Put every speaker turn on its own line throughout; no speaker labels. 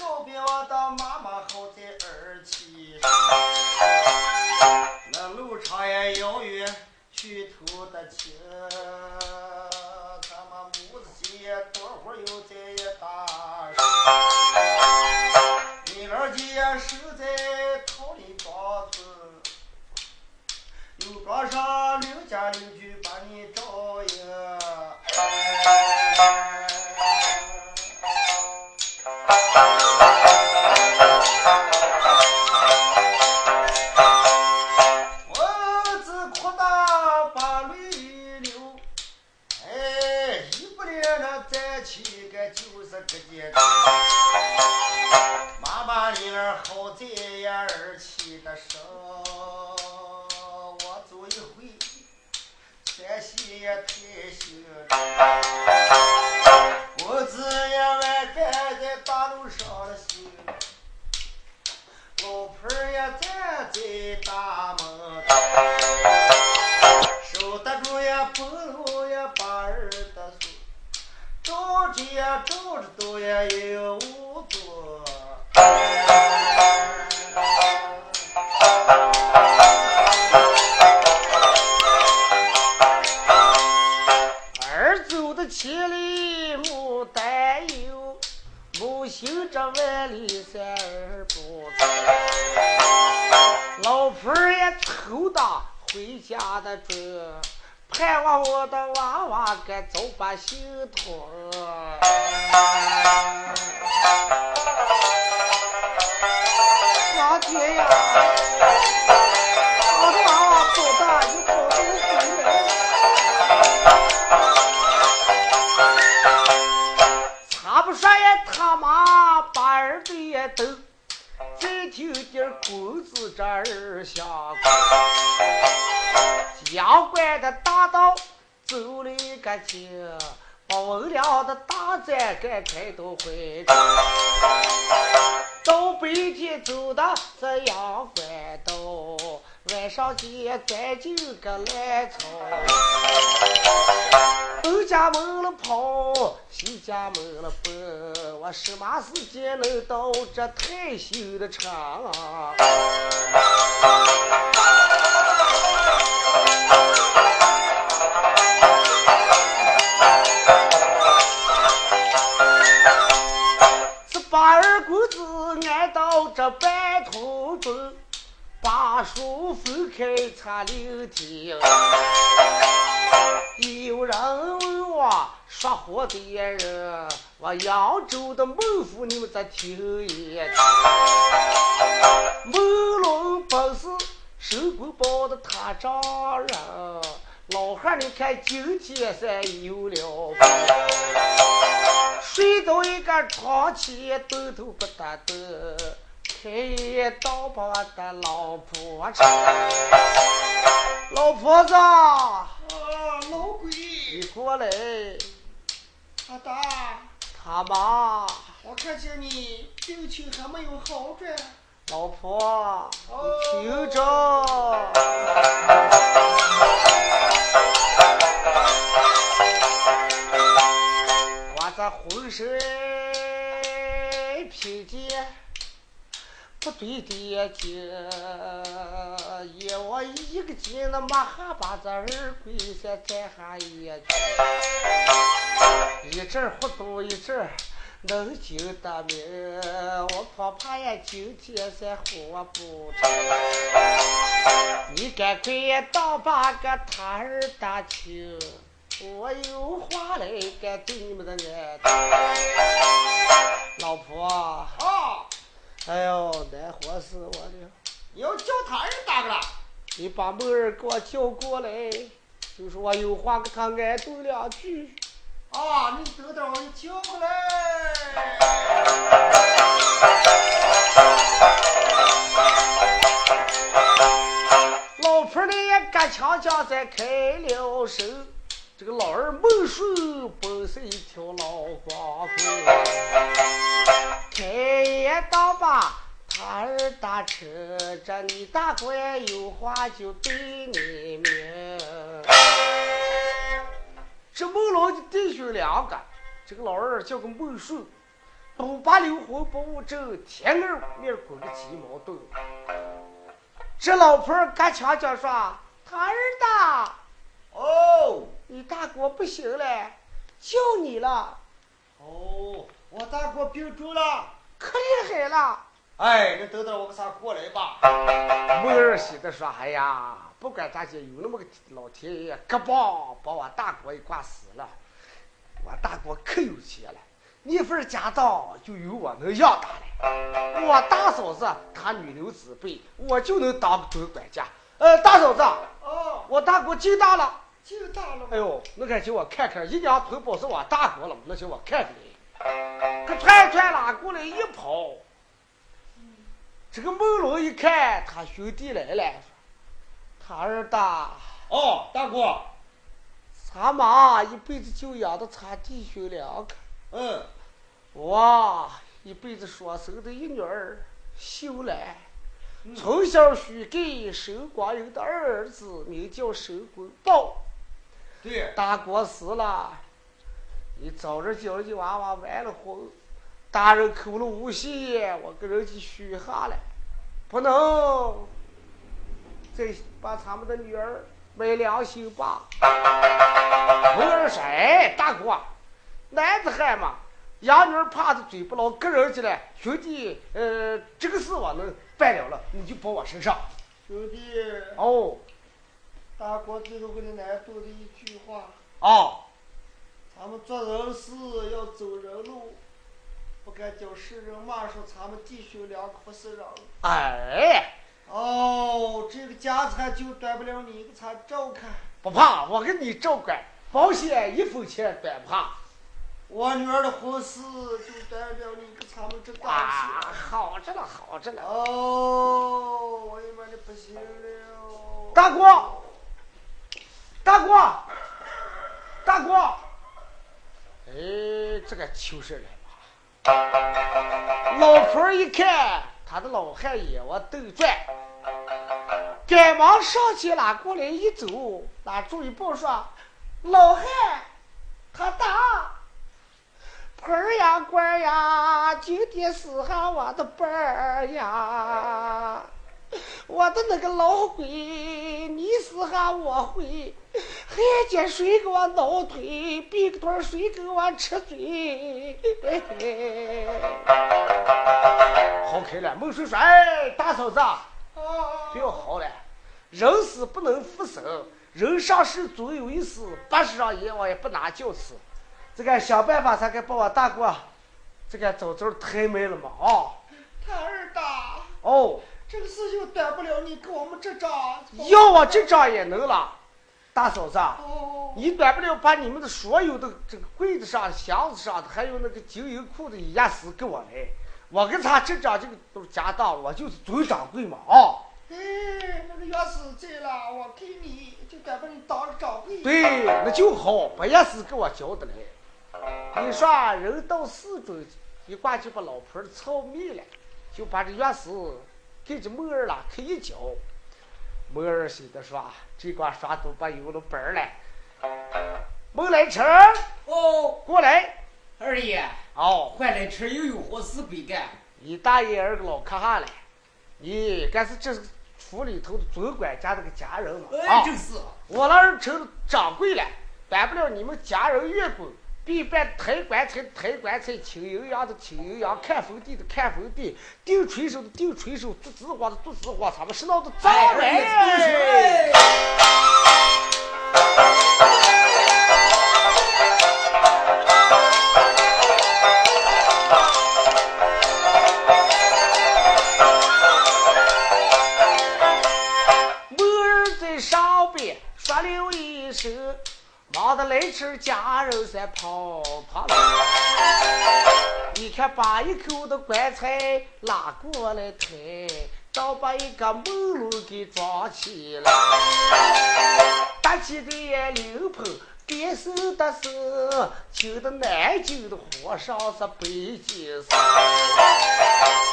我的妈妈后的儿媳，那路长也遥远，去途的亲。咱们母子些多会儿又在一搭上，你老姐是在桃林庄子，又庄上刘家邻居把你照哎应。我子扩大把泪流，哎，一不连那再起个就是个结。妈妈你儿好在呀儿起的生，我走一回，前夕也太心了，我子也外边在大路上了行。老婆儿也站在大门口，守得住呀，朋友呀，把儿的手，照着呀，照着走呀，也有多。儿走的千里母担忧，母行着万里山儿不走。老婆儿也头大回家的准，盼望我的娃娃该早把心托。王姐呀，我的娃娃多大就跑多回来。他不说呀，他妈把儿的也都，再就点工资这儿下江关的大道走了一个街，把我俩的大寨给抬都回到北天走的这阳关道，晚上街咱就个烂草。东家门了跑，西家门了奔，我什么时间能到这退休的场啊？这把二公子挨到这半途中，把书分开差六天。有人问我说话的人，我扬州的孟府你们在听一听。朦胧本是手工包的他丈人，老汉儿你看今天才有了。睡到一个床前，动都不打动，开一刀把我的老婆吃。老婆子，
啊，老鬼，
你过来，
阿达，
他妈，
我看见你病情还没有好转，
老婆，你听着，我这浑身疲倦。不对的劲，也我一个劲那马哈把这二鬼先摘下一截一阵儿糊涂一阵儿能救得命，我恐怕也今天才活不成。你赶快当把个他儿打听，我有话来该对你们的眼睛，老婆。
啊，
哎呦，难活死我了！
你要叫他儿咋个了？
你把妹儿给我叫过来，就说我有话跟他挨斗两句。
啊，你等等我给你叫过来。
老婆儿呢也赶强强再开了手，这个老二孟顺本是一条老光棍。开一刀吧，他儿打车，这李大官有话就对你明。这孟龙的弟兄两个，这个老二叫个孟顺，
不把刘洪不务正，天二面滚个鸡毛豆。这老婆儿嘎强强说：“他儿子，
哦
你大哥不行了，叫你了，
哦，我大哥病重了。
可厉害了。
哎，你等等我给他过来吧。”
木儿喜的说：“哎呀，不管咋地，有那么个老天爷，胳膊把我大哥给挂死了。我大哥可有钱了，那份家当就由我能养大了。我大嫂子她女流子辈，我就能当个总管家。呃，大嫂子，
哦，
我大哥劲大了。”
劲大了吗？
哎呦，那敢请我看看，一娘腿保是我大哥了嘛，那请我看看你。可团团拉过来一跑，这个朦胧一看，他兄弟来了，他二大，
哦，大哥，
咱妈一辈子就养的咱弟兄两个，
嗯，
哇，一辈子所生的一女儿，秀兰。从小许给沈光人的儿子名叫沈光豹，
对，
大哥死了，你早着叫人家娃娃完了婚，大人口了无信，我跟人家许下了，不能再把他们的女儿没良心吧？不是谁，大哥，男子汉嘛，养女儿怕是嘴不牢，跟人家了，兄弟，呃，这个事我能办了了，你就包我身上。
兄弟，
哦，
大哥最后给你难度的一句话，
哦，
咱们做人事要走人路，不敢叫世人骂说咱们弟兄两个不是人。
哎。
哦，这个家产就端不了你给他照看。
不怕，我给你照管，保险一分钱短不怕。
我女儿的婚事就端不了你给他们这大
啊，
事。
好着呢，好着呢。
哦，我的妈的不行了！
大哥，大哥，大哥，哎，这个就是人吧。老婆儿一看他的老汉眼往兜转，赶忙上前拉过来一走，拿住一抱说：“老汉，他大。”盆儿呀，官儿呀，今天是哈我的班儿呀， 我的那个老鬼，你是哈我回，汉奸谁给我挠腿，闭个腿儿谁给我吃嘴， 嘿嘿好开了，孟叔说，哎，大嫂子啊，
啊
不要好了，人死不能复生，人上世总有一死，八十上阎王也不拿教吃。这个想办法才该把我大哥，这个早早抬没了嘛啊！
他二大，
哦，
这个事情端不了你给我们这账。
要我这张也能了，大嫂子啊，
哦，
你短不了把你们的所有的这个柜子上、箱子上的，还有那个金银库的押司给我来，我跟他这张这个都是家当，我就是总掌柜嘛啊！
哎，那个钥匙在了，我给你，就敢把你当了掌柜。
对，那就好，把钥匙给我交的来。你说人到四中，一挂就把老婆儿操灭了，就把这钥匙给这妹儿了，可一交。妹儿心的说，啊这瓜刷都把有了本儿了。孟来成，
哦，
过来。
二爷，
哦，
快来吃，又有活事没干。
你大爷儿个老可哈了，你该是这是府里头的总管家那个家人嘛？啊
哎，正是。
我那儿成掌柜了，管不了你们家人越轨，必办抬棺材的抬棺材，请阴阳的请阴阳，看坟地的看坟地，钉锤手的钉锤手，做纸花的做纸花，咱们是闹的脏
哎
人。
二爷动手哎
木儿在上边说了一声，忙得来吃家人才跑跑了。你看把一口的棺材拉过来抬，倒把一个木笼给装起来。打起的也流盆，别手的手，酒的南京的火烧是北京烧。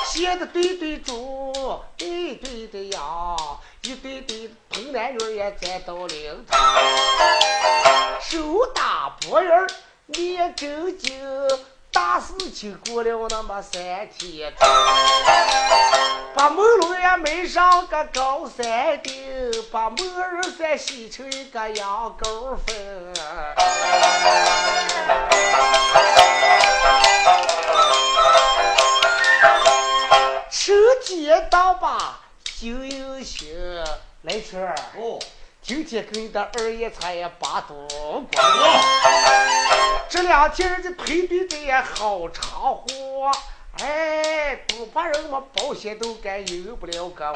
写的对对猪，对对的羊，一对对童男女也在到灵堂，手打脖人，面正经，大事情过了那么三天，把门楼也没上个高山顶，把门儿再洗成一个羊羔粪。吃鸡刀把金英雄，来吃儿。
哦，
今天跟你的二爷他也拔肚光，这两天人家赔比这也好茶喝，哎，都把人们保险都该有不了个。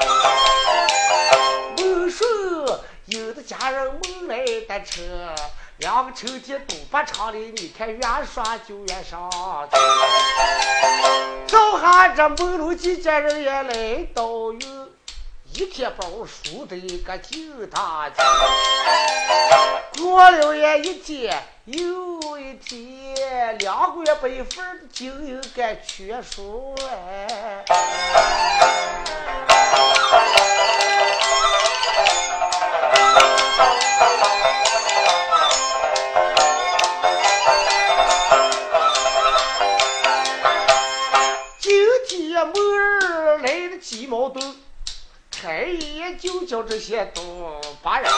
没说有的家人没来的车，两个秋天都把厂里，你看越刷就越上去。早哈这门路几家人也来到有。一天把我输的一个就大气。过了呀一天又一天，两个月把一份儿就有个缺数哎。今天没儿来了鸡毛豆。开业就叫这些都把人，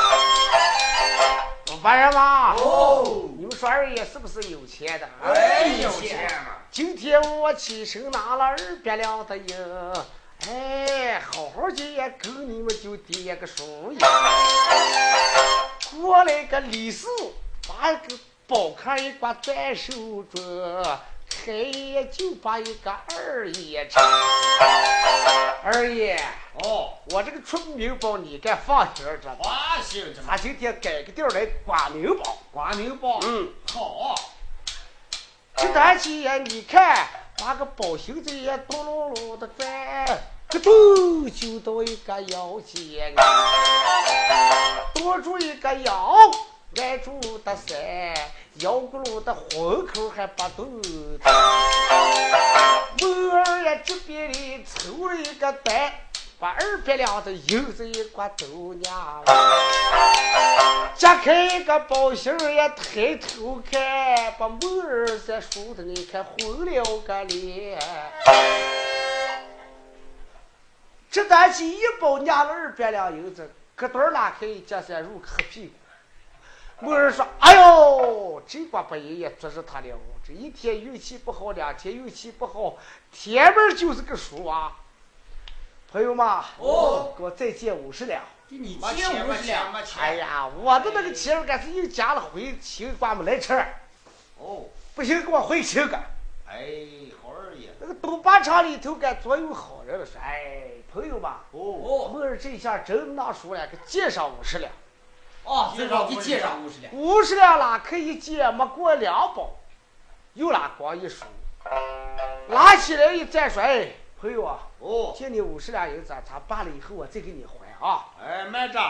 都把人吧。
哦
你们说二爷是不是有钱的？啊
哎有钱嘛，
今天我起身拿了二百两的银，哎，好好的也给你们就点个数呀。过来个李四，把一个宝壳一挂在手中，嘿，就把一个二爷吃。二爷，
哦，
我这个春明宝你该放心儿着，
花心这么
他今天改个调儿来刮明宝。
光明宝，
嗯，
好，啊
这咱姐呀，你看把个宝熊子也嘟噜噜的转，个头就到一个腰间，多住一个腰，挨住的山，腰轱辘的虎口还不动弹。妹儿呀，这边里抽了一个蛋，把二百两的银子一刮都娘了。夹开个包心儿也抬头看，把妹儿在梳的你看红了个脸。这担起一包压了二百两银子，搁兜儿拉开一夹三入个黑屁股。妹儿说：“哎呦，这瓜把爷爷捉着他了，这一天运气不好，两天运气不好，前面就是个数啊。”朋友们，
哦
给我再借五十两。
给你
没
借
钱
五
没
十
钱
两，
没
哎
钱，
呀，我的那个钱俺是又加了回青瓜没来吃，
哦，
不行给我回青瓜。
哎，好二爷，
那个东八厂里头该左右好人了，说哎，朋友们，
哦，
我
哦，
们这下真拿出来给借上五十两，
哦，这让给借上五十两，
五十两啦可以借，没过两包，又拿光一数，拿起来一再说，哎，朋友啊，
哦，
借你五十两银子啊，咱办了以后我再给你还啊，
哎，慢着，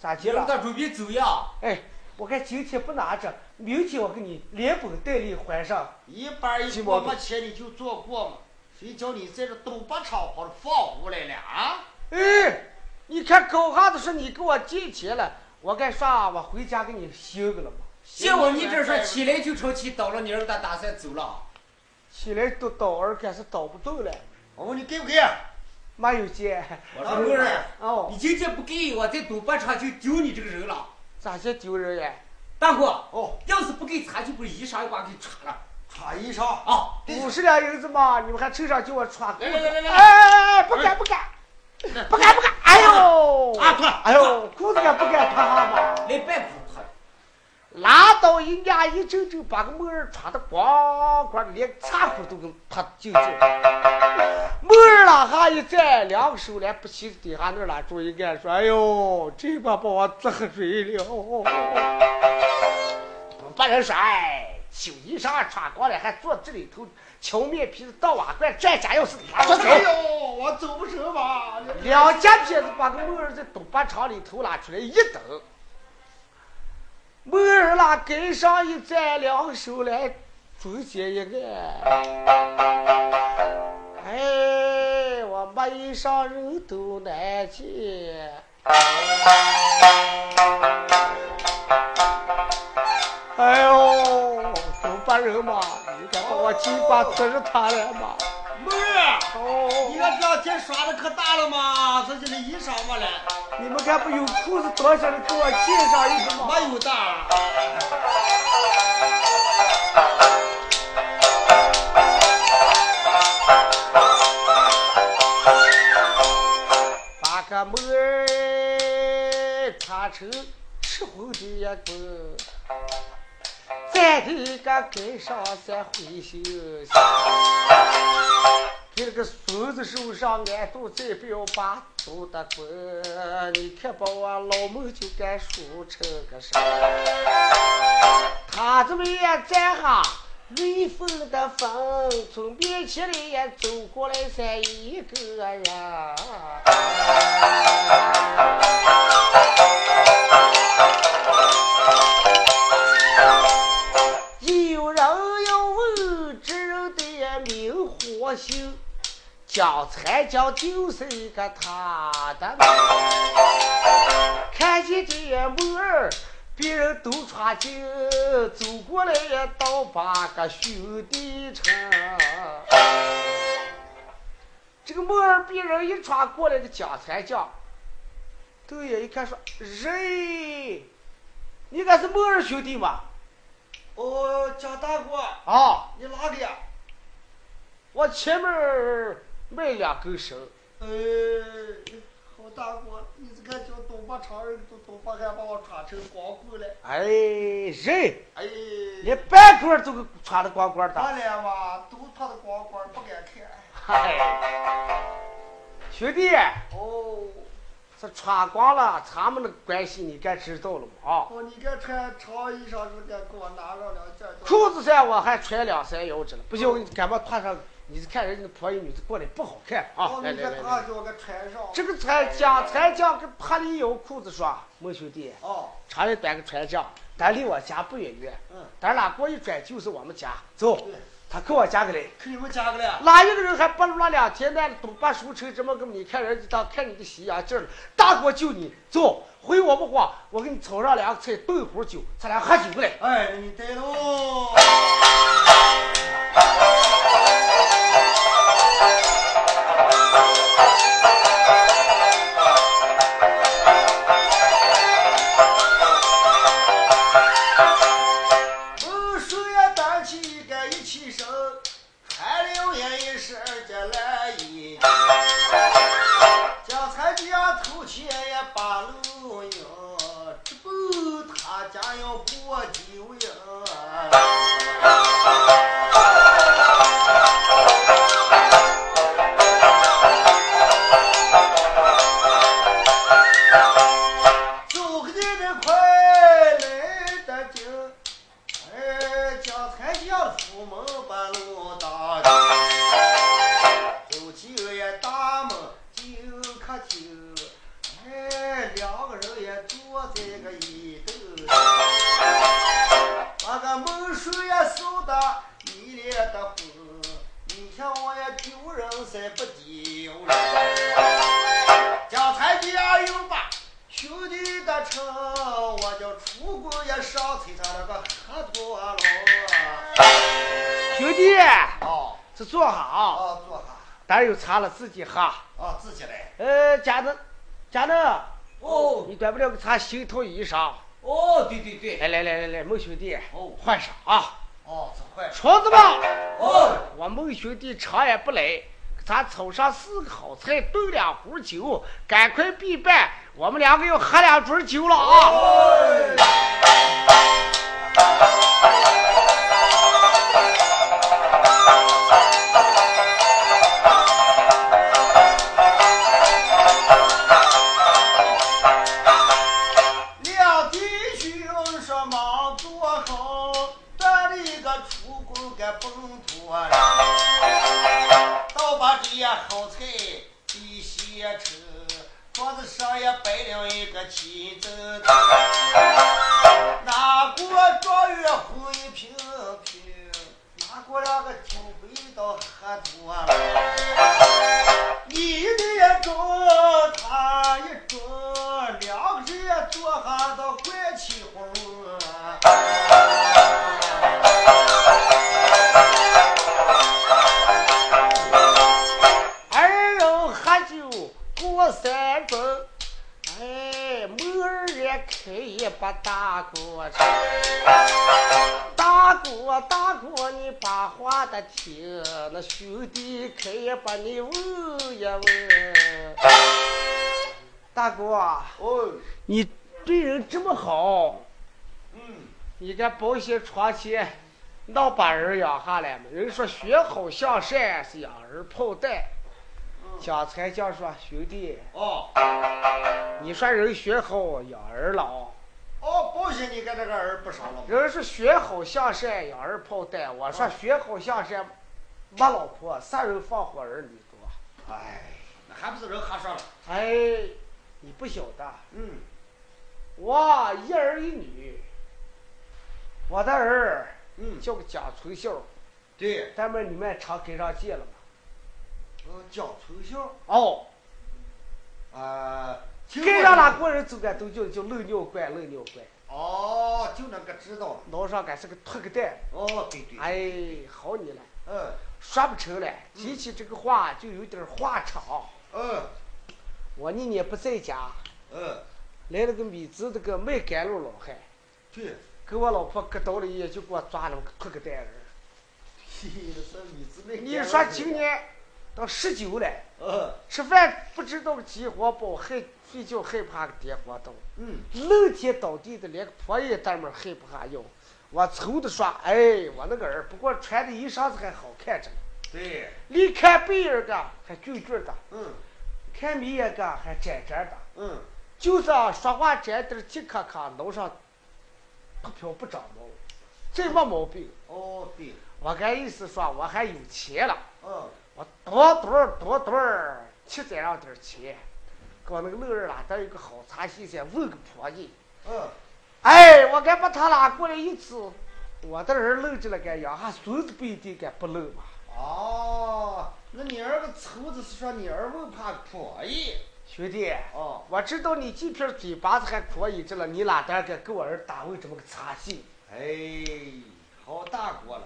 咋地了？
让他准备走呀，
哎，我看今天不拿着，明天我给你连本带利还上。
一般一
寂
过
寞
没钱你就做过嘛，谁叫你在这东北厂跑着放屋来了啊？
哎，你看狗哈子说你给我借钱了，我该说我回家给你修个了嘛。
结果你这说起来就成气倒了，你让他打算走了，
起来都倒儿干是倒不动了，
我问你给不啊给？
没有借。
我说妹儿，
哦，
你今天不给我，在赌博场就丢你这个人了，
咋些丢人呀？
大哥，
哦，
要是不给咱就把衣裳一把给穿了
穿衣裳，
啊，
五十两银子嘛，你们还凑上叫我穿裤子？
来来来来来
哎，不敢不敢，不敢不敢！哎呦，
啊快
哎呦，裤子敢不敢穿上嘛？
来拜服他了，
拉倒一压一整整，把个妹儿穿的光光的，连茶壶都给他就就。妹儿拉哈一站，两个手连不齐底下那儿拉住一按，说：“哎呦，这把把我砸喝水了。”把人说：“哎，旧衣裳穿光了，还坐这里头荞面皮子倒瓦罐，这家要是拿着走。”
哎呦，我走不成吧？
两家撇子把个妹儿在东八厂里头拉出来一等，妹儿拉跟上一站，两手来中间一按，哎，我没上人都难见。哎呦，东八人嘛，你看把我鸡巴吃着他了嘛！
妹儿，你
哦，
看这两天耍的可大了嘛，这就是衣裳嘛嘞，
你们看不有裤子多少的给我借上一个吗？
没有大。
把个妹儿看成吃红的一个，再给一个跟上再回心，给了个孙子手上俺都再不要把头的滚，你看把我老母就该输成个啥？他这么一站哈，雷锋的风从面前里也走过来才一个人。有人要问这人的名和姓，讲才讲就是一个他的名。看见这木儿，别人都穿金，走过来也倒把个兄弟称。这个木儿别人一穿过来个讲才讲，豆爷一看说：“人，你俺是木儿兄弟嘛？
哦，蒋大哥，
啊，
你哪里呀？
我前面儿卖两根绳，
呃，好大哥，你这个叫东北长人都东北还把我穿成光棍了。
哎，人
哎，
连半裤儿都穿的光光的。”
俺俩嘛都穿的光棍，不敢看。哎
嗨， 兄弟，
哦，
这穿光了，咱们的关系你该知道了嘛啊！
哦，你该穿长衣裳，是该给我拿上两件。
裤子上我还穿两三腰子了，不行，我给你赶忙穿上。你看人家婆姨女子过来不好看啊！
哦，
来
你
来
这
来
他
来，
叫我给穿上。
这个才讲才讲跟帕里腰裤子说，孟兄弟，
哦，
厂里端个船长，咱离我家不远远，
嗯，
咱俩过一转就是我们家。走
对，
他跟我家个来。
去你们家个了。
哪一个人还不如那两天呢？都把书城这么个，你看人家当看你的西洋劲儿了。大哥救你，走，回我们话，我给你炒上两个菜，炖一壶酒，咱俩喝酒来。
哎，你对喽。不水也担起个一起身，汗流也一身这来一。家财家头钱也把路赢，这不他家要过酒瘾。走个的快来得紧，哎，家财家出门把路打紧。有几个也大门就客厅，哎，两个人也坐在个椅凳上，把个门水也扫得一脸的红，你看我也丢人再不丢人，家财家又把兄弟的称，我叫出国也上催他那个喝多了，
兄弟，
哦，
这坐好，
啊，坐下，
咱有茶了自己喝。
啊，自己来，
呃，家的，家的，
哦
你端不了个茶新套衣裳。
哦，对对对，
来来来来来，孟兄弟，
哦
换上啊，
哦，这快。
厨子吧。
哦，
我孟兄弟长也不来，咱炒上四个好菜，炖两壶酒，赶快必办。我们两个又喝两盅酒了啊！
两弟兄说忙做好，咱的个出工该奔脱了，倒把这些好菜一些吃，桌子上也摆了一个七珍汤，拿过状元红一瓶瓶，拿过那个酒杯都喝多了。你的中，他一中，两个人坐下到关起红。
哎开一把大锅铲，大锅大锅你把话的听，那兄弟开一把你问一问。大哥，啊
哦，
你对人这么好，
嗯，
你这保险床前闹把人养下来嘛？人说学好向善是养儿炮弹。想才将说兄弟，
哦，
你说人学好养儿老，
哦，保险你跟这个儿不少了。
人是学好向善养儿炮弹。我说学好向善，没老婆杀人放火儿你多。
哎，那还不是人喝上了？
哎，你不晓得，
嗯，
我一儿一女，我的儿
嗯，
叫个蒋存孝，
对，
咱们你们常给上见了吗？
嗯，蒋存孝，
哦，
啊，听
跟
过
上
这
哪
个？
国人走的都叫叫漏尿怪，漏尿怪，
哦，就那个知道了。
脑上该是个秃个蛋。
哦，对对，
哎，好你了。
嗯
说不成了，提起这个话就有点话长。
嗯
我年年不在家，
嗯，
来了个米子这个卖甘露老汉，
对，
给我老婆搁刀里也就给我抓了个秃个蛋人。
嘿嘿，说米字没。
你说今？年到十九了，
嗯
吃饭不知道急火饱，害睡觉害怕个跌火倒，
嗯，
露天倒地的连个婆爷大们害不怕要。我愁的说，哎，我那个儿不过穿的衣裳子还好看着呢，
对，
离开背儿个还俊俊的，
嗯
看眉眼个还窄窄的。
嗯，
就是啊说话沾点儿急咔咔，脑上不飘不长毛，这没毛病。
哦对，
我该意思说，我还有钱了，
嗯
我多多儿多多儿去再让点儿钱，搞那个路人啦，咱有个好茶席噻，问个婆姨。
嗯，
哎，我该把他拉过来一次，我的人愣着了该养下孙子不一定该不愣嘛。
哦，那你儿个厨子是说你儿问怕婆姨？
兄弟，
哦，
我知道你这片嘴巴子还可以着了，你哪单该给我儿打为这么个茶席？
哎，好大锅了，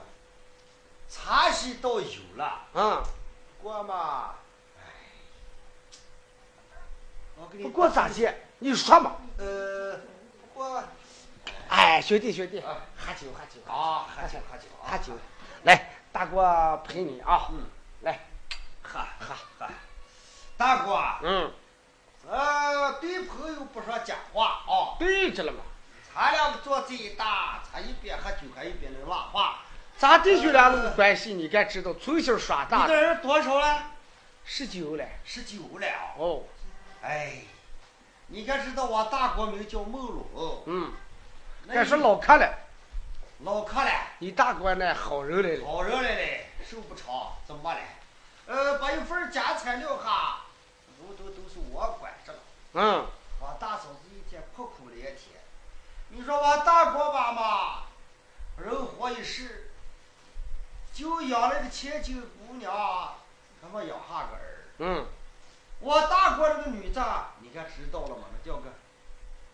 茶席倒有了，
嗯，
锅嘛，哎，我给你
不过咋的？你说嘛。
呃，不过
哎，兄弟兄弟，
啊
喝酒喝酒
啊，喝酒喝酒
哦喝
啊，
酒，来，大哥陪你啊，
嗯，
来，
喝喝喝，大锅啊，
嗯，
呃，对朋友不说假话啊。
对着了嘛，
咱俩做最大，他一边喝酒还一边能拉话。
咱弟兄俩那个关系你该知道，从小耍
你
大
这
的，
人多少了？
十九了，
十九了。
哦，
哎，你该知道我大国名叫孟龙，
嗯，
那
该说
你
老看了，
老客了，
你大哥呢好人来了，
好人来嘞，寿不长，怎么了？呃，把一份家产撂下，都都都是我管着了。
嗯，
我大嫂子一天哭哭连天，你说我大国吧嘛，人活一世，就养了个千金姑娘，他妈养下个儿。
嗯，
我大哥这个女的，你看知道了吗？那叫个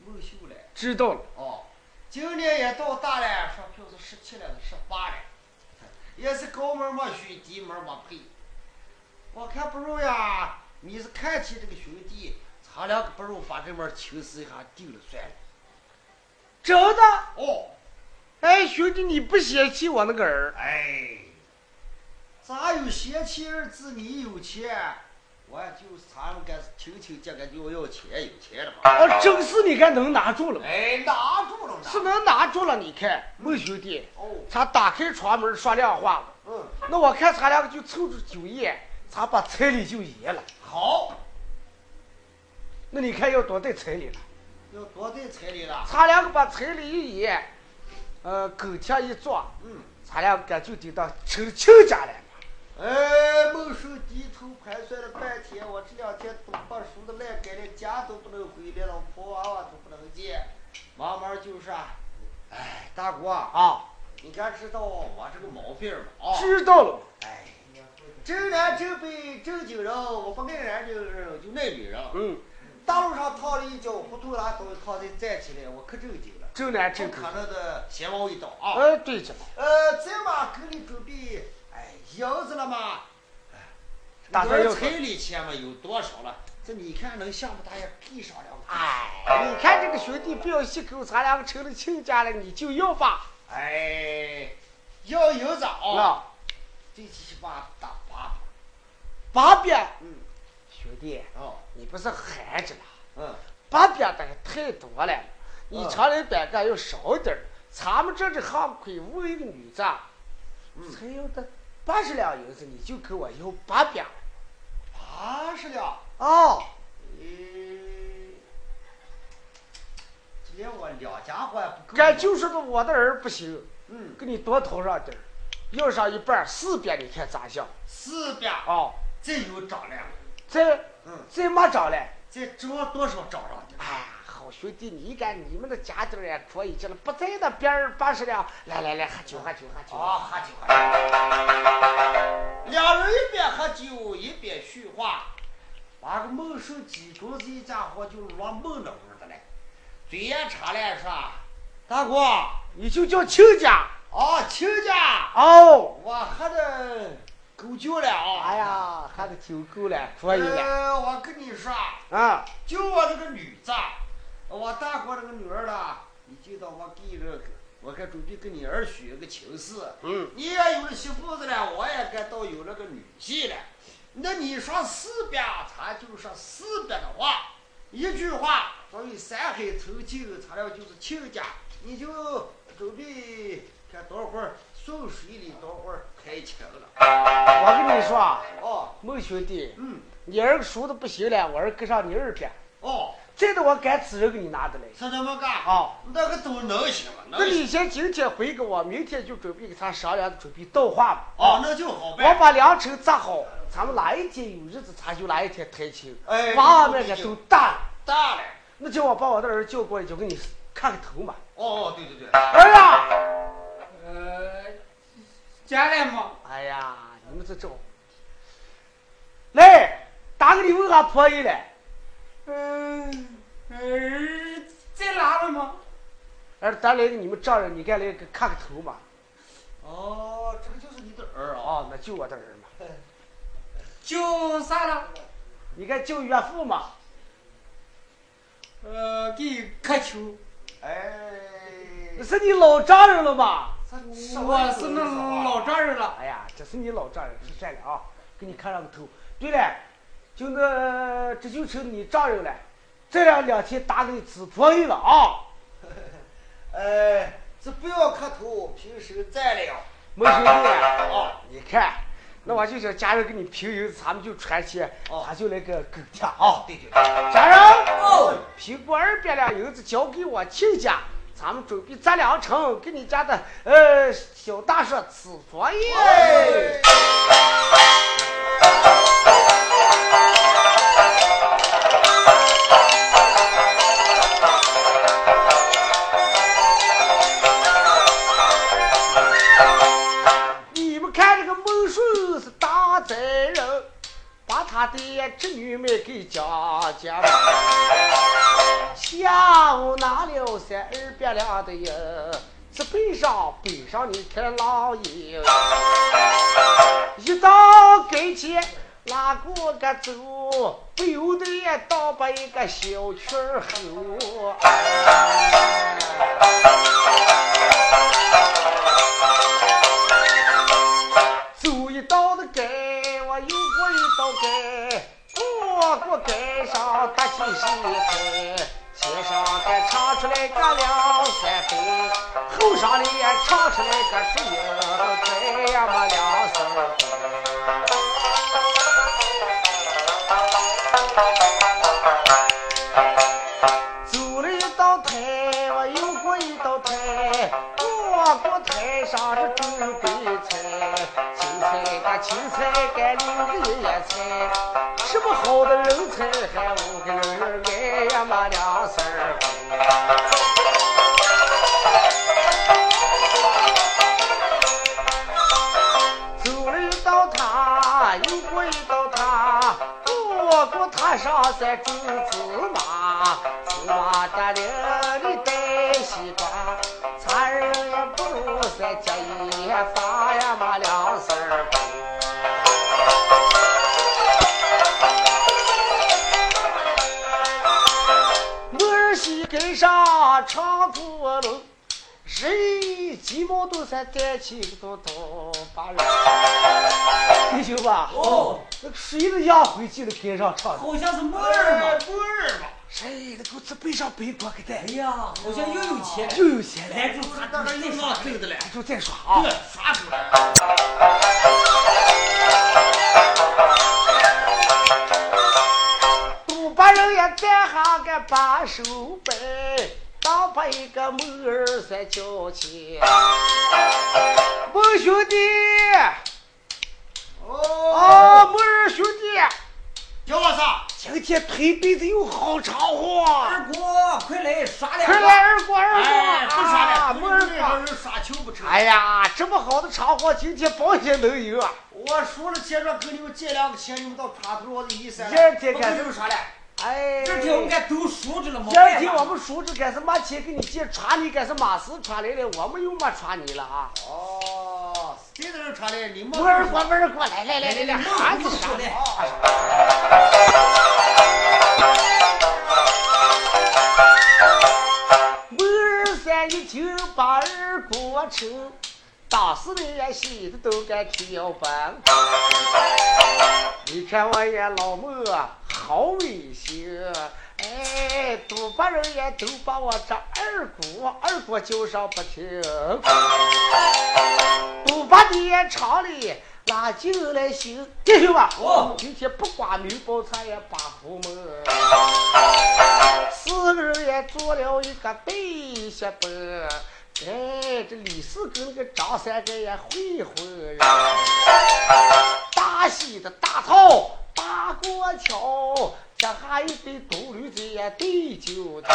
孟秀来
知道了，
哦，今年也到大了，说票是十七了，十八了，也是高门没许，低门没配。我看不如呀，你是看起这个兄弟，咱两个不如把这门情事一下定了算了。
真的，
哦，
哎，兄弟你不嫌弃我那个儿，
哎，咱有贤妻二字，你有钱，我就是咱们该是听听这个要要钱有钱了嘛。
哦，真是你看能拿住了吗？
哎，拿住了，拿
是能拿住了，你看，孟兄弟，
哦，
他打开窗门说亮话了。
嗯，
那我看咱两个就凑着酒宴，咱把彩礼就结了。
好，
那你看要多带彩礼了？
要多带彩礼了。
咱两个把彩礼一结，呃，狗天一坐，
嗯，
咱两个就得到成亲家来了。
哎，孟叔低头盘算了半天，我这两天东把叔的烂改了，家都不能回来，老婆娃娃都不能见，慢慢就是啊。哎，大哥，
啊，
你该知道我这个毛病了啊。
知道了。
哎，正南正北正经人，我不爱南京人，我就那里人。
嗯，
大路上烫了一脚，糊涂拉倒一趟再站起来，我可正经了，
正南正
不
北
可。能的先往一倒啊。
哎，对着了。
呃，这嘛给你准备，哎，银子了嘛，
打算要
彩礼钱嘛有多少了？这你看能下不大爷给上两
哎，你看这个兄弟不要细口，咱俩成了亲家了，你就要吧。
哎，要有枣
那
啊，这七八打八
八边，
嗯，
兄弟，
哦，
你不是寒着了，
嗯，
八边的太多了，你
嗯
长人短干要少点儿。咱们这这行亏我一个女子啊，
嗯
才要得八十两银子，你就给我要八边。
八十两，
哦，
哎嗯，今天我两家还不够，
俺就说的我的儿不行，
嗯，
给你多掏上点儿，要上一半儿四边，你看咋样？
四边
啊、哦，
这有涨了，
再
嗯，
再没涨了。
这多多少涨上去了？
哎呀，好兄弟，你敢你们的家底儿也可以，这了不在那边儿八十两，来来来，喝酒喝酒喝酒。
啊，喝酒喝酒。两人一边喝酒一边叙话，把个孟书记公子一家伙就落闷了乎的嘞，嘴也馋了说：“大哥，
你就叫亲家
啊，亲家，
哦。
我喝的够酒了啊！
哎，呀，喝的酒够了，可以了
呃，我跟你说，
啊。
就我这个女子，我大哥这个女儿呢，你就当我给这个，我该准备跟你儿许一个情事。
嗯，
你也有了媳妇子了，我也该到有了个女婿了。那你说四边，咱就说四边的话，一句话，所以三海成亲，咱俩就是亲家。你就准备看等会儿送水里，等会儿开枪了。
我跟你说啊，
哦，
孟兄弟，
嗯，
你儿熟的不行了，我儿跟上你二边，
哦，
这的我敢指认给你拿的来。
是这么干哦
啊？
那个都能行吗？
那
能行。
你先今天回给我，明天就准备给他商量，准备到话吧。
哦，那就好
我
办。
把粮食扎好，咱们哪一天有日子，咱就哪一天抬亲。
哎
娃娃们个都大了。
大了。
那叫我把我的儿叫过来，就给你看个头嘛。
哦哦，对对对。
儿啊！
呃，家来嘛，
哎呀，你们这这，来打个礼物俺婆姨来。
嗯、呃，在哪了吗？
儿，咱来个你们丈人，你该来个看个头嘛。
哦，这个就是你的儿啊。
哦，那就我的儿嘛，
叫啥了？
你该叫岳父嘛。
呃，给磕球。
哎，
是你老丈人了
啊
吧？
我是那老丈人了。
哎呀，这是你老丈人，是这了啊，给你看上个头。对了，就那这就成你丈人了。这两两天打给你紫婆姨了啊。
哎，这不要磕头，平时再了。
没兄弟 啊。
啊，
你看，那我就想家人给你平邮，咱们就传钱，
哦
咱就来个狗天
哦
啊，！
对对对，
家人，
哦，
苹果二百两银子交给我亲家，咱们准备攒两成，给你家的呃小大叔紫婆姨。
哎，
你们看这个孟顺是大贼人，把他的侄女们给讲讲了。下午拿了三二百两的银子背上背上你看老爷，一到跟前拉过个走，不由得倒把一个小曲儿吼。走一道的街，我游过一道街，过过街上搭起西街，前上该唱出来个两三杯，后上里也唱出来个十一杯呀么两三杯。走了一道台，我游过一道台，过过台上这准备菜，青菜干青菜干六个野菜，什么好的人才还五个人儿哎呀妈两三儿回。走了一道塔，又过一道塔，过过塔上三株芝麻，芝麻大林里带西瓜，咱人也不如三家一发呀嘛两声儿。长过路，人鸡毛都才担起都到把人。你行吧？
哦，
那个谁的压回记得跟上唱的，
好像是木耳
二
嘛。
不二嘛，
谁的狗子背上背锅给带
哎，呀，好像又有钱了。
又有钱了，
来住他
大
大
概
概
又
又
上
上
这的了，
就再说啊
这。啥出来了？
赌把人也带上个把手背，当把一个妹儿三交钱。孟兄弟，啊，
哦，
孟二兄弟，
叫我啥？
今天推杯子有好茶喝，
二锅，快来耍两
快
个。
来二锅二锅
哎，不耍
啊，
了，
孟
不
二
是这帮
哥。
人耍球不成。
哎呀，这么好的茶货，今天保险能赢啊！
我说了，前面给你们借两个钱，你们到船头我的一三了，
第二天
不
干
跟你们耍了。
哎，
这天我们该都熟着了嘛。
第二天我们叔侄该是没钱给你借船，你该是马斯船来了，我们又没船你了啊！
哦，谁的人传的？你们
不是过，不是过来，来来来来，
啥
喊
子
子啥
耍
的。
的？
哦
孟二三一听把二锅吃，当时的也喜的都该跳板。你看我也老孟啊好威胁，哎，赌把人也都把我这二锅二锅叫上不停。赌把你也厂里拉进来行，弟兄们，
哦
今天不管女包菜也把福门。四个人也做了一个对下本，哎，这李四跟那个张三哥也会混呀。大喜的大套大过桥，这还一对独驴子也对酒的，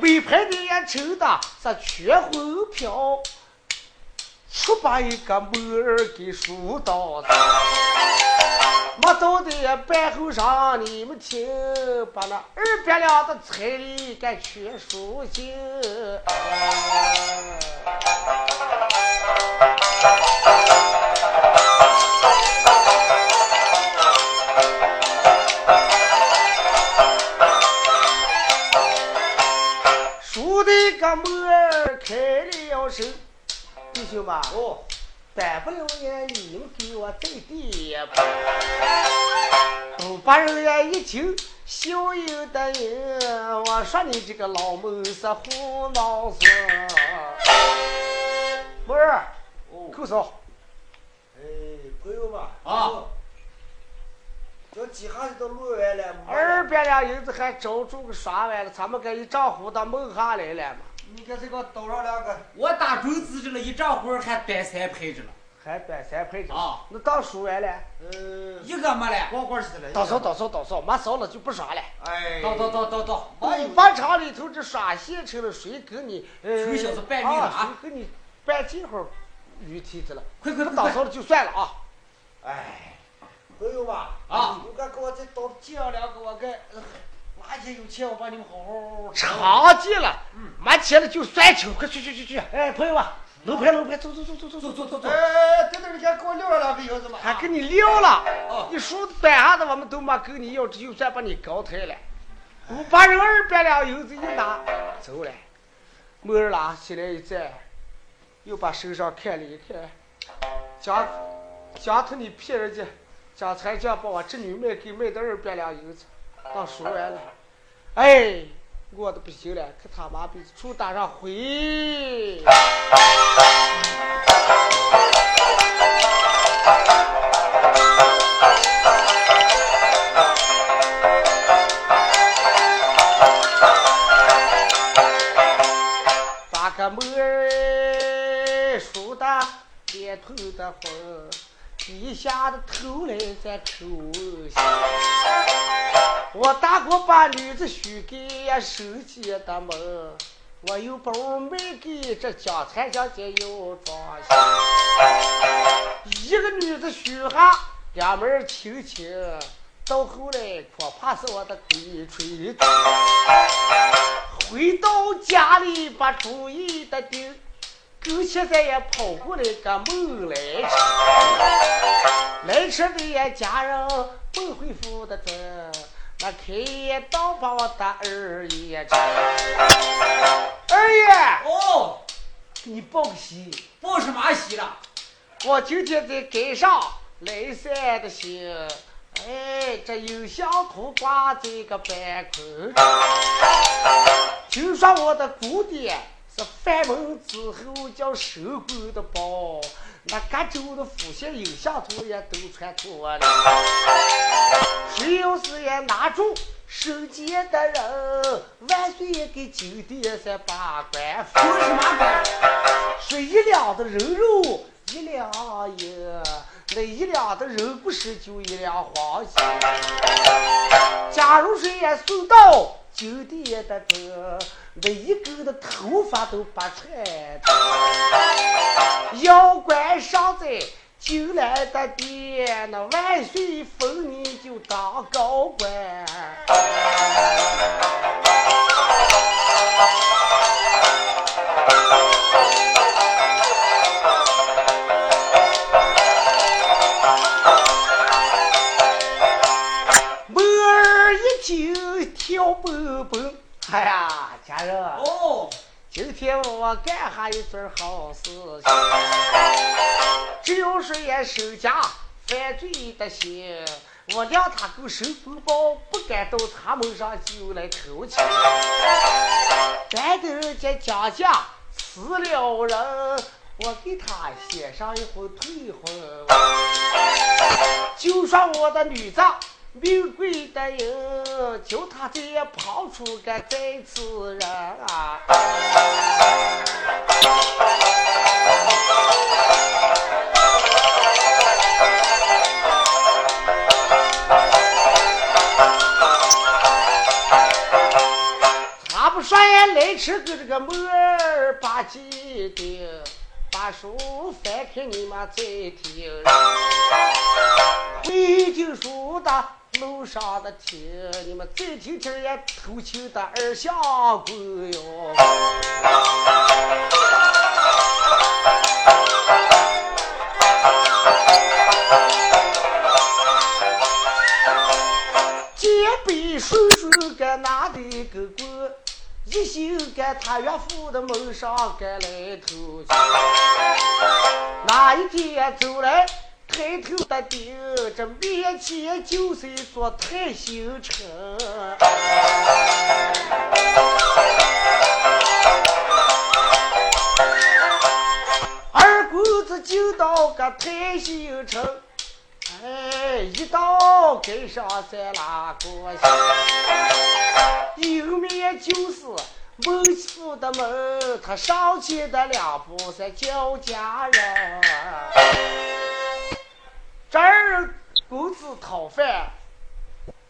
尾牌的也抽的是全魂飘，出把一个妹儿给输到的。没走的半后上，你们听，把那二百两的彩礼给全输尽。哎输的个妹儿开了手，弟兄们。
哦，
再不留言，你们给我对地呀！都把人家一听，笑有的人。我说你这个老孟是胡闹子。妹儿，
哦，
寇嫂，
哎，朋友们，
啊，
这几下子都录完了，没了
二百两银子还找住个耍完了，咱们该一丈胡的梦下来了嘛，
你给这个倒上两个，
我打中子着了，一丈活还短三拍着了，
还短三拍着
啊。
那当输完了，
呃，
一个没了。
光棍似的。
倒扫倒扫倒扫，没扫了就不耍了。
哎，
到到到到到，
你把厂里头这耍现成的，谁给你？呃，
谁小子拜命了啊
啊谁给你办这会儿驴蹄 子了？
快快
不
快
打
快！
扫了就算了啊！
哎，朋友们
啊
你敢给我再倒借两个，我该哪天有钱我把你们好好
常见了，
嗯
没钱了就算球，快去去去去！哎，朋友们，楼盘楼盘，走走走走走
走
走，
走走走，
哎，等等，你先给我撂上两个银子嘛。
还跟你撂了
哦，
你说短下子我们都没跟你要，这就算把你搞抬了。我把人二百两银子一拿走了，没人拿起来一站，又把身上看了一看，讲讲他你骗人家，讲才讲把我侄啊女卖给卖的二百两银子，当赎完了，哎，我的不行了，可他妈逼出打上回。把个妹儿梳的脸头的红，低下的头来咱瞅下。我大哥把女子许给手姐的门，我又把我卖给这江财江姐又装下。一个女子许哈，两门儿亲亲，到后来可怕是我的鬼吹灯。回到家里把主意的定，狗现在也跑过来个梦来吃，来吃的也家人不恢复的真，那开一刀把我的二爷斩。二爷，
哦，
给你报个喜，
报什么喜了？
我今天在街上来散的行，哎，这有相同挂在个板块。听说我的姑爹是犯门之后叫守关的包，那各州的府县有相同也都穿脱了。谁要是也拿住手间的人，万岁也给酒店三把关
有
封。
什么关？
是一两的人肉一两银，那一两的人不是就一两黄金。假如谁也送到酒店的这，那一个的头发都不穿的。妖怪上在酒来的店，那万岁封你就当高官。妹儿一听跳蹦蹦，哎呀，家人。
哦，
今天我干哈一桩好事情，只要是也手家犯罪的心，我让他够手不包，不敢到他们上就来偷情。咱的人家蒋家死了人，我给他写上一回退婚文。就说我的女子名贵的人，就她这也跑出个再次人啊！他不说也来吃个这个馍儿吧唧的，把书翻开你妈再听。回经书的路上的听，你们再听听也偷情的二相公哟。肩背手手该拿的个棍，一心该他岳父的门上该来偷去。哪一天走来抬头的顶，这面前就是一座太行城。二公子进到个太行城，哎，一刀给上三拉过去，迎面就是孟府的门，他上去的两步是叫家人。这儿公子讨饭，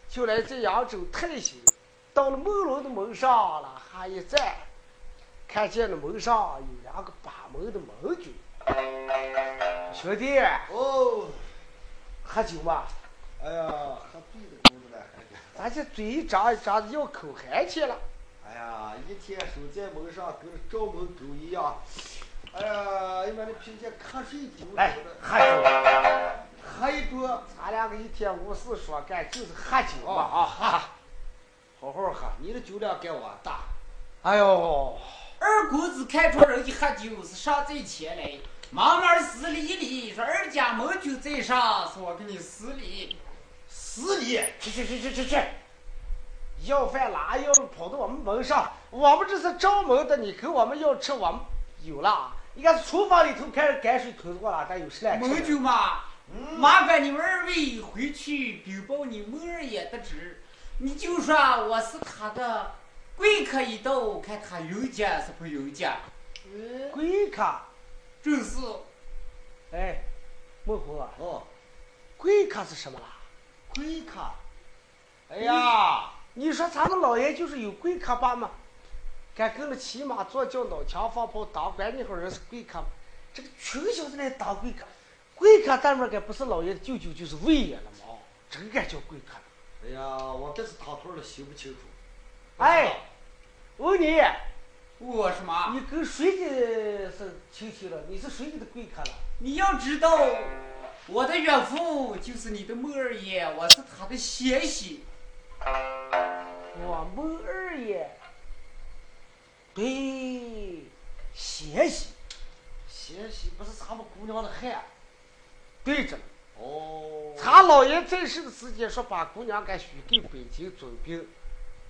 就来这扬州太行，到了孟龙的门上了，还一站，看见了门上有两个把门的盟军，兄弟，
哦，
喝酒吗？
哎呀，喝醉了，真不来。
咱这嘴一张一张的要口含去了。
哎呀，一天守在门上，跟赵门狗一样。哎呀，一般的凭借瞌睡酒
来
酒的
喝酒，
喝一桌。
咱两个一天无事说干，就是喝酒嘛啊，哈好好喝。
你的酒量跟我大，
哎呦，
二公子看着人一喝酒是上最前来，忙忙施礼礼，说二家门就在上，是我给你施礼。
死你！
去去去去去去！要饭拿要跑到我们门上，我们这是招门的，你给我们要吃，我们有了。应该是厨房里头开始泔水头过了，咱有事来吃。
盟主嘛，麻烦你们二位回去禀报你孟二爷的旨，你就说我是他的贵客一道，看他有家是不有家。
嗯
贵客，
正是
哎，孟红啊，
哦，
贵客是什么啦？
贵客。哎呀，
你说咱们老爷就是有贵客吧吗？敢跟着骑马坐轿脑枪放炮当官那伙人是贵客吗？这个穷小子来当贵客，贵客咱们该不是老爷的舅舅就是魏爷了吗？这个该叫贵客了。
哎呀，我这是躺腿了，洗不清楚。
哎，我问你，
我什么？
你跟谁的是亲戚了？你是谁家的贵客了？
你要知道，我的岳父就是你的孟二爷，我是他的先媳。
我们二爷，对，歇息，
歇息不是咱们姑娘的害。
对着了。
哦
他老爷在世的时间说把姑娘给许给北京总兵，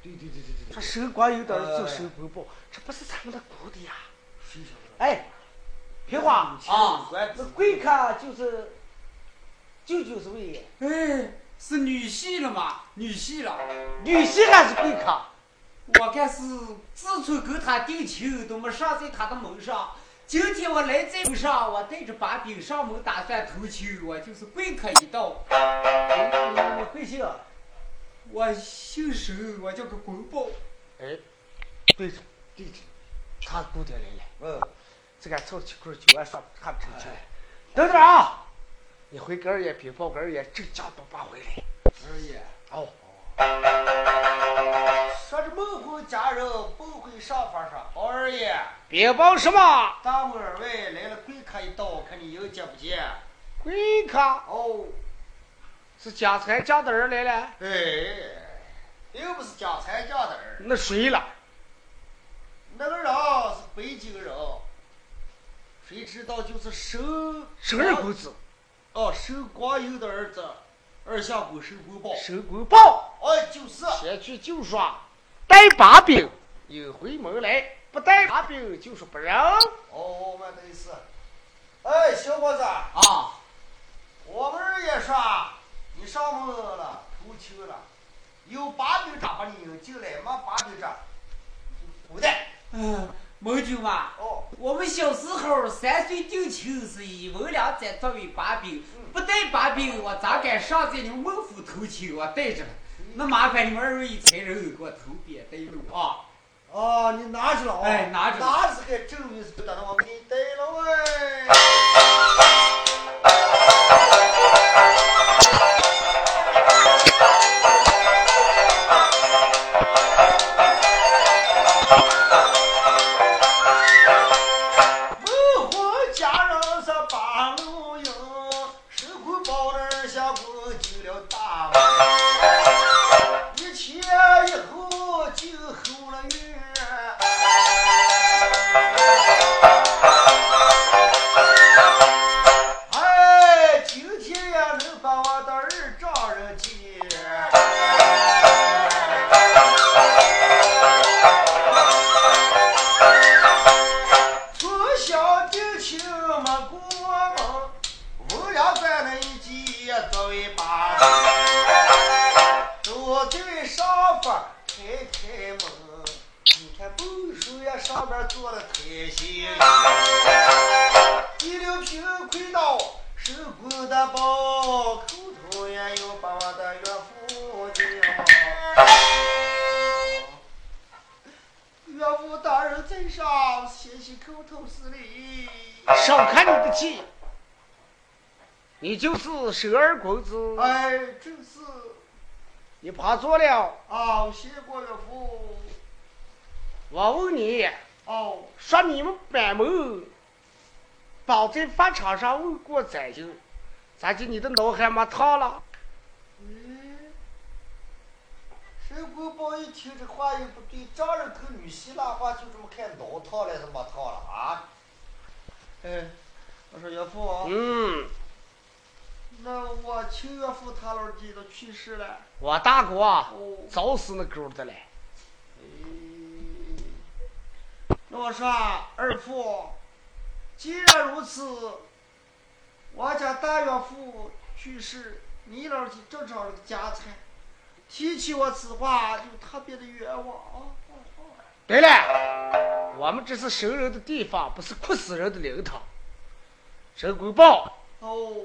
对对对对对
说
对，
收官有点就收官报，这不是咱们的姑的呀。
谁晓得？
哎，平花，
啊
那贵客就是舅舅是魏爷，
哎，是女婿了嘛？女婿了，
女婿还是贵客？
我看是自从跟他定亲都没上在他的门上。今天我来这门上，我带着把柄上门打算投亲，我就是贵客一道。
你你贵姓啊？
我姓沈，我叫个国宝。
哎，对着对着，他姑爹来了。
嗯，
这个凑七块九万说看不成去了。等等啊，你回根儿也禀报根儿也正经八百回来。
二爷。
哦，
说这孟回家人不会上法上，宝二爷，
禀报什么？
大门二位来了贵客一道，看你迎接不接？
贵客
哦，
是家财家的人来了，
哎，又不是家财家的人，
那谁了？
那个人啊是北京人，谁知道就是收
谁是公子？
哦收光友的儿子，二相公收国宝，
收官报，
哎就是，
前去就说带把柄，有回门来；不带把柄就说不让。
哦，我的意思，哎，小伙子，
啊，
我们二爷说你上门了，投亲了，有把柄杖把你引进来，没把柄杖，不带。
嗯，盟军嘛，
哦，
我们小时候三岁定亲是一文两盏作为把柄，不带把柄我咋敢上在你们孟府投亲？我带着了，那麻烦你们二位才人给我投别带路啊！
哦，你拿去了啊、
哎拿着
拿着个证明是不等我给你带了喂。孟获家人是八路营，石虎包人下过进了大门。一前一后就后了月。哎，今天也能把我的儿丈人接。从小定亲没过门，我俩在那一起走一把子。坐在沙发开开门，你看木叔呀上面坐的太新。第六瓶亏到手鼓的包，口头也有把我的岳父叫。岳父大人在上，谢谢口头是礼。
少看你的气，你就是蛇儿公子，
哎，正是
你怕做了。
啊，我谢过岳父。
我问你，
哦，
说你们板门绑在法场上问过宰相，咋就你的脑还没烫了？
嗯，沈国宝一听这话又不对，丈人跟女婿那话就这么看老套了，怎么套了啊？哎，我说岳父啊，
嗯，
那我亲岳父他老弟都去世了。
我大哥啊
哦，
早死那狗的了。
哎，那我说啊二父，既然如此，我家大岳父去世，你老弟正找了个家财，提起我此话就特别的冤枉啊。
对了，我们这是收人的地方，不是哭死人的灵堂。陈国豹，
哦，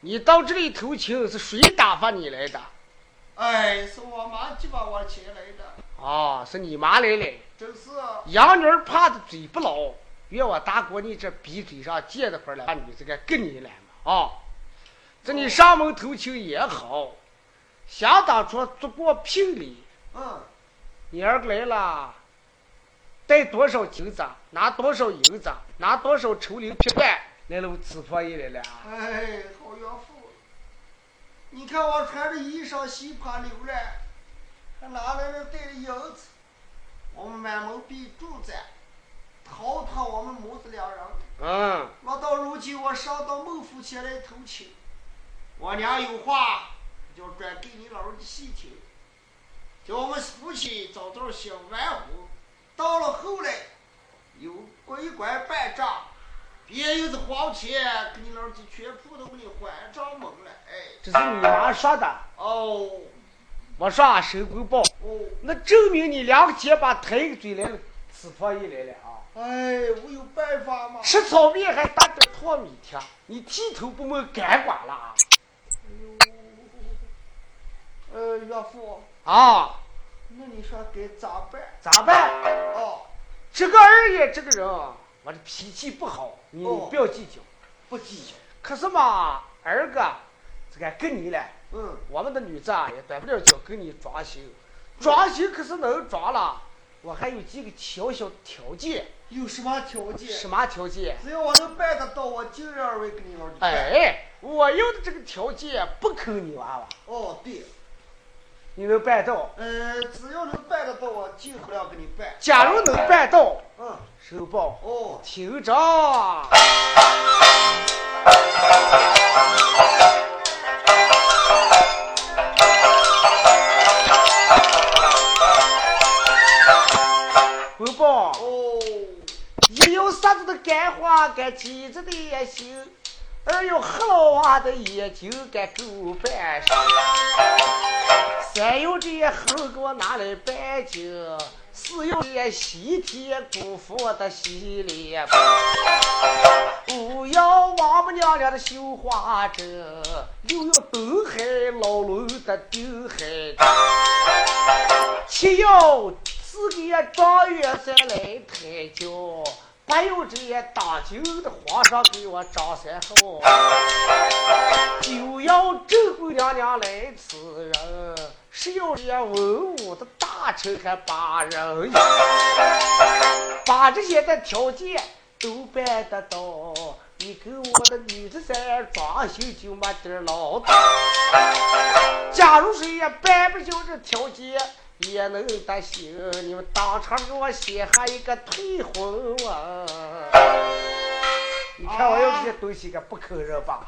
你到这里投亲是谁打发你来的？
哎，是我妈鸡巴我请来的，
啊，是你妈来了。
真是啊
洋女儿怕的嘴不牢，怨我大哥你这鼻嘴上见的回来，把你这个跟你来嘛啊！这你上门投亲也好，想当初做过聘礼，
嗯，
你儿来了，带多少金子，拿多少银子，拿多少绸绫皮带来了我紫婆姨来了啊，
哎，好岳父，你看我穿着衣裳，西爬流了，拿来了带着银子，我们满门被住在，逃他我们母子两人。
嗯，
我到如今我上到孟府前来投亲，我娘有话要转给你老人的细听，叫我们夫妻早早享完婚。到了后来，有过一官半账，别有的黄钱给你老人家全部都给你还账没了。哎，
这是你妈说的，
哦
我说啊，神棍豹，
哦，
那证明你两姐把抬嘴来了，撕破衣来了啊！
哎，我有办法吗？
吃炒面还打点糯米贴，你剃头不摸干管了啊！
呃，岳父，
啊，
那你说该咋办？
咋办？
哦，
这个二爷这个人啊，我的脾气不好，你
哦
不要计较。
不计较。
可是嘛，二哥，这个跟你了，
嗯，
我们的女子啊也短不了脚跟你装修，装修可是能装了，我还有几个小小条件，
有什么条件？
什么条件？
只要我能办得到，我尽量为给你老弟办。
哎，我要的这个条件不坑你娃娃，
哦，对，
你能办到？
呃，只要能办得到，我尽可能给你办。
假如能办到，
嗯，
手报
哦，
听着。回报。
哦，
一有杀子的干花，干鸡子的也行；二有黑老娃的眼睛，干狗半生；三有这猴给我拿来半斤；四有这西天姑父的西脸；五要王母娘娘的绣花针；六要东海老龙的定海针。七要四个状元再来抬轿，八有这些当今的皇上给我张三好，九要正宫娘娘来此人，十要这些文武的大臣还把人迎，把这些的条件都办得到。你跟我的女子三装修就没点儿老道。假如谁也办不就这条件，也能得行。你们当场给我写下一个退婚文。你看我要这些东西，可不坑人吧？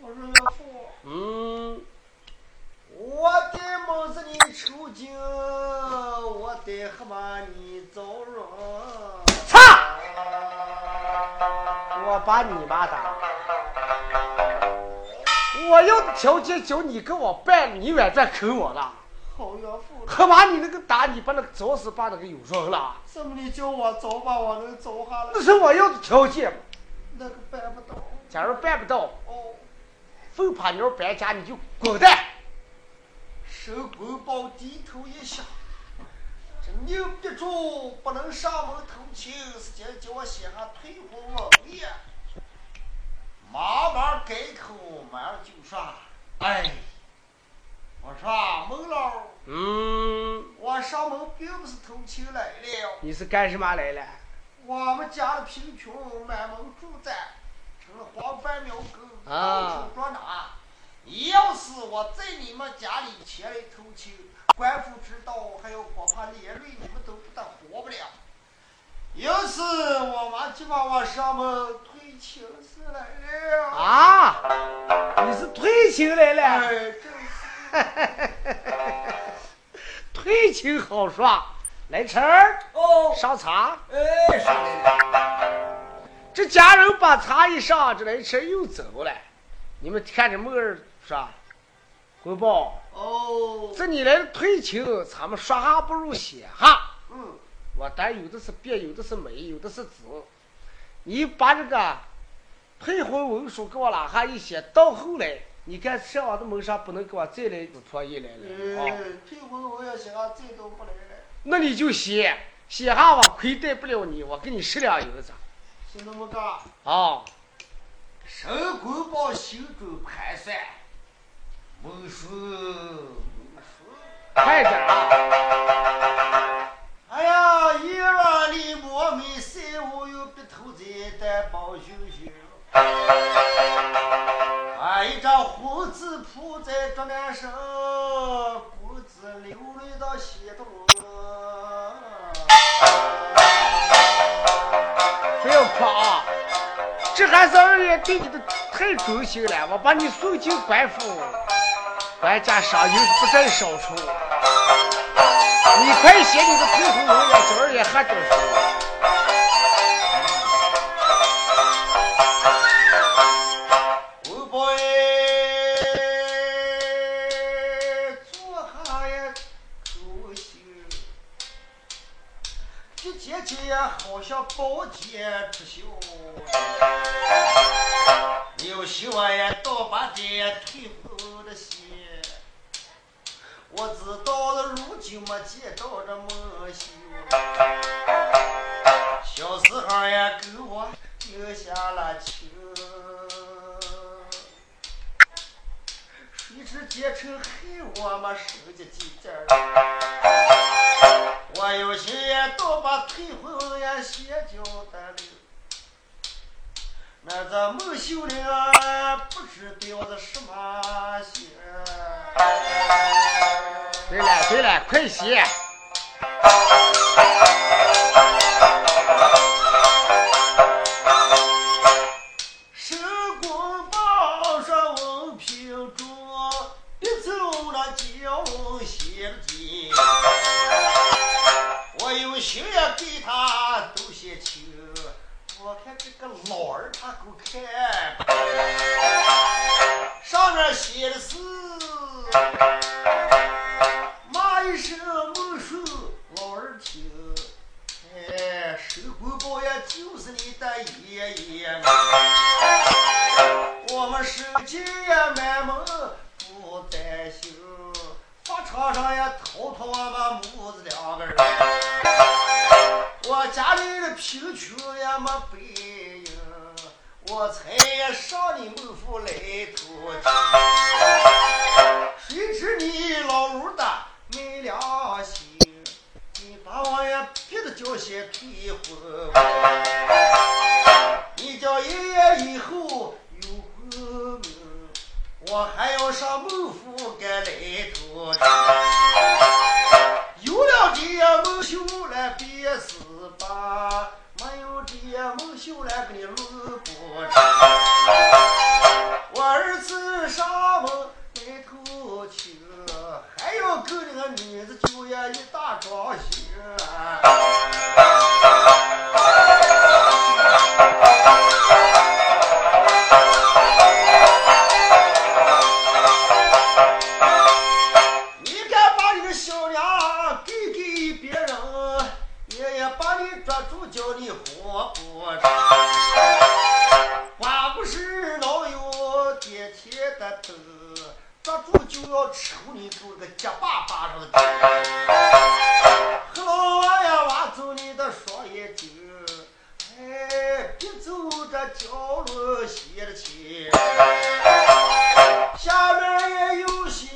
我说岳父，
嗯，
我的帽子你抽筋，我的河马你遭容。
擦！我把你妈打。我要的条件叫你给我办，你远转坑我了。
好岳父，
河马，你那个打，你把那个早死把那个有人了，
这么你叫我走吧，我能走下来
那，是我要的条件嘛。
那个办不到。
假如办不到，
哦，
非把牛搬家，你就滚蛋！
神棍豹低头一下，这拗不住，不能上门投亲，是叫叫我写下退婚文呀。妈妈改口，马上就说：“哎，我说啊孟老，
嗯，
我上门并不是投亲来了，
你是干什么来了？
我们家的贫穷，满门住在，成了黄饭苗根，
啊
到处捉拿。你要是我在你们家里前来偷情，官府知道，还有我怕连累你们都不得活不了。因此，我妈就把我上门推情事来了。
啊，你是退亲来
哎，
了？
真是
退亲好说，来晨儿
哦，
上茶。
哎，上来了。
这家人把茶一上，这来晨儿又走了。你们看着木儿说，回报，
哦，
这你来了退亲，咱们说哈不如写哈。
嗯，
我但有的是变，有的是美，有的是紫。你把这个退婚文书给我拿下一写，到后来你看上我的门上不能给我再来紫破衣来了啊、
呃，退婚我要想啊，这都不来了，
那你就写写下我亏待不了你，我给你十两银子
是那么干。
啊。
神棍豹心中盘算，孟叔，孟叔，
快点啊！
哎呀，一万里莫没谁无有别头子担保兄兄。哎啊，一张红纸铺在桌面上，古子流泪到西东啊。
不要哭啊！这还是二爷对你的太忠心了，我把你送进官府，官家赏银不在少数。你快写你的退婚文呀，叫二爷喝点水。
我不爱做哈呀苦心，这姐姐呀好像宝剑出鞘，有时我也倒把点退步的些，我知道了如今没见到这梦醒，小时候呀给我留下了情。一直结成黑我们手机几点我有心也都把退婚也写交代了。那这孟秀玲啊，不知道的什么心。
对了对了，快写！
神棍报上文凭中，一走那叫我写了金。我有心也给他都写情，我看这个老儿他够看，上面写的是骂一声孟叔老儿听。哎，水鬼包呀，就是你的爷爷。我们手机呀满门不担心，法场上呀逃脱我们母子两个人。我家里的贫穷也没背影，我才呀上你孟府来投亲。谁知你老鲁的没良心，你把我呀逼得叫些退婚。你叫爷爷以后有功名，我还要上孟府给来投有了这样孟秀来别死吧，没有这样孟秀来给你轮不着。我儿子上门来偷情，还要跟那个女子就呀一大桩心啊。你敢把你的小娘给给别人，爷爷把你抓住，叫你活不成。花不是老有点天的灯，抓住就要抽你住个结巴巴上的筋。喝老王呀，挖走你的双眼睛，哎，别走这角落写的情。下面也有些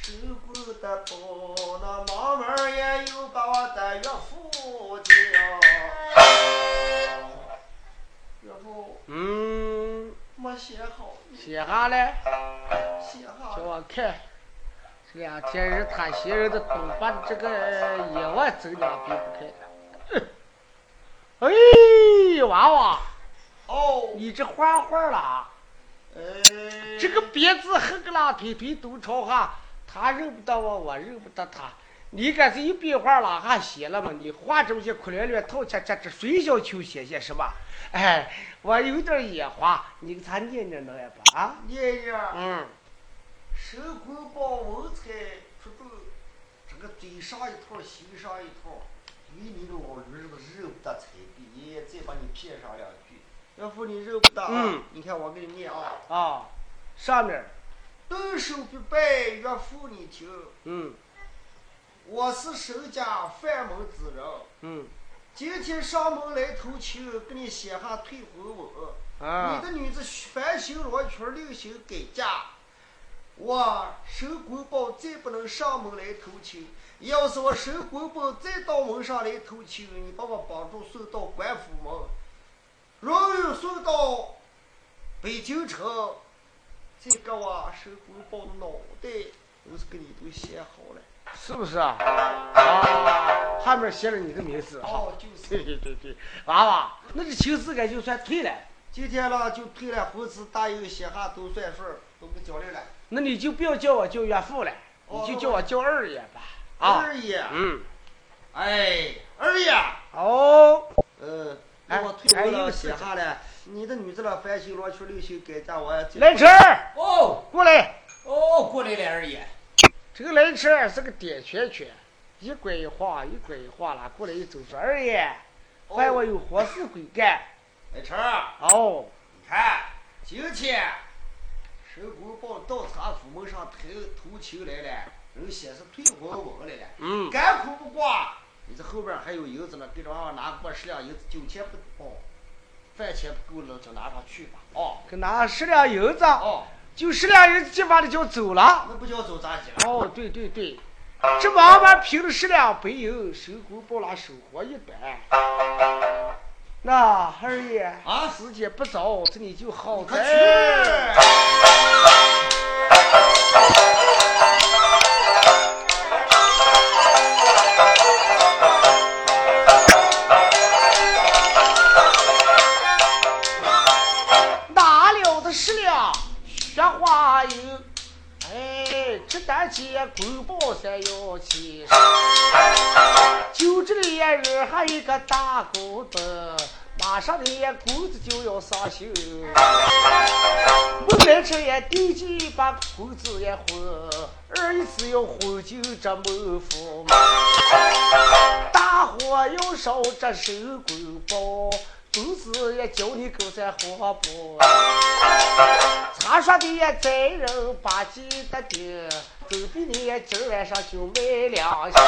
受过的包，那忙门也有把我的岳父叫，岳父
嗯，
没写好，
写下来，
写
叫
好，
我看。这两天日他闲人的东把这个野外走两遍不开。哎，娃娃，
哦，
你这画画了啊？
哎，
这个别字黑个啦，腿腿都朝下，他认不得我，我认不得他。你干脆一笔画拉下写了嘛？你画这么些苦连连、套恰恰，这水小球写些什么？哎，我有点眼花，你给他念念能也吧？啊，
念念，
嗯，
手工包文采出众，这个嘴上一套，心上一套，你你老驴是不是认不得彩笔？爷爷再把你骗上两句，岳父你认不得啊？
嗯
你看我给你念啊。
啊，上面，
蹲守必拜岳父，你听，
嗯
我是沈家范门子人，
嗯
今天上门来投亲，给你写下退婚文。你
啊
的女子翻新罗裙，另行改嫁。我沈国宝再不能上门来投亲，要是我沈国宝再到门上来投亲，你把我绑住送到官府门，容易送到北京城。这个我沈国宝脑袋都是给你都写好了，
是不是啊？啊，上面写着你的名字啊。
哦，就是。
对对对对，娃娃，那这情资该就算退了，
今天了就退了，胡子大有些哈都算数儿，都不交流了。
那你就不要叫我叫岳父了，
哦
你就叫我叫二爷吧。啊，
二爷，
嗯，
哎，二爷，
哦，
嗯，
哎
那我退回
哎又
了
是
写哈了，你的女子了，翻新罗裙六袖改嫁，我也
来晨儿
哦
过来，
哦，过来了，二爷。
这个来晨儿是个点圈圈，一拐一晃，一拐一晃啦，过来一走说二爷，
哦
怪我有活事归干。
来晨儿，
哦，
你看哎今天神公报倒茶府门上投投亲来了，人显示退还我来了，
嗯，
干苦不挂。你这后边还有银子呢，给这娃娃拿过十两银子，酒钱不哦，饭钱不够了就拿上去吧。哦
给拿十两银子，
哦，
就十两银子就把你叫走了。
那不叫走杂技了。
哦，对对对，这娃娃凭着十两白银，手工包拉手活一般。那二爷
啊
时间不早，这里就好
可
在。
去。
拿了的十两雪花银，哎，这单钱官报三要七十。就这里呀人还有一个打工的，马上的呀工资就要上休。木兰这也丢几把工资也还，二一次要还就这没福嘛。大伙要烧这手工包，工资也叫你狗在活不。茶说的也在人把记得的，狗比你也今晚上就买两箱。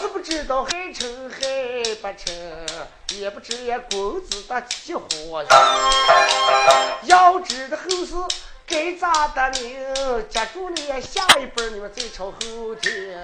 是不知道还成还不成，也不知也工资的起火要知道后事该咋的呢？接住了下一辈儿你们再朝后听。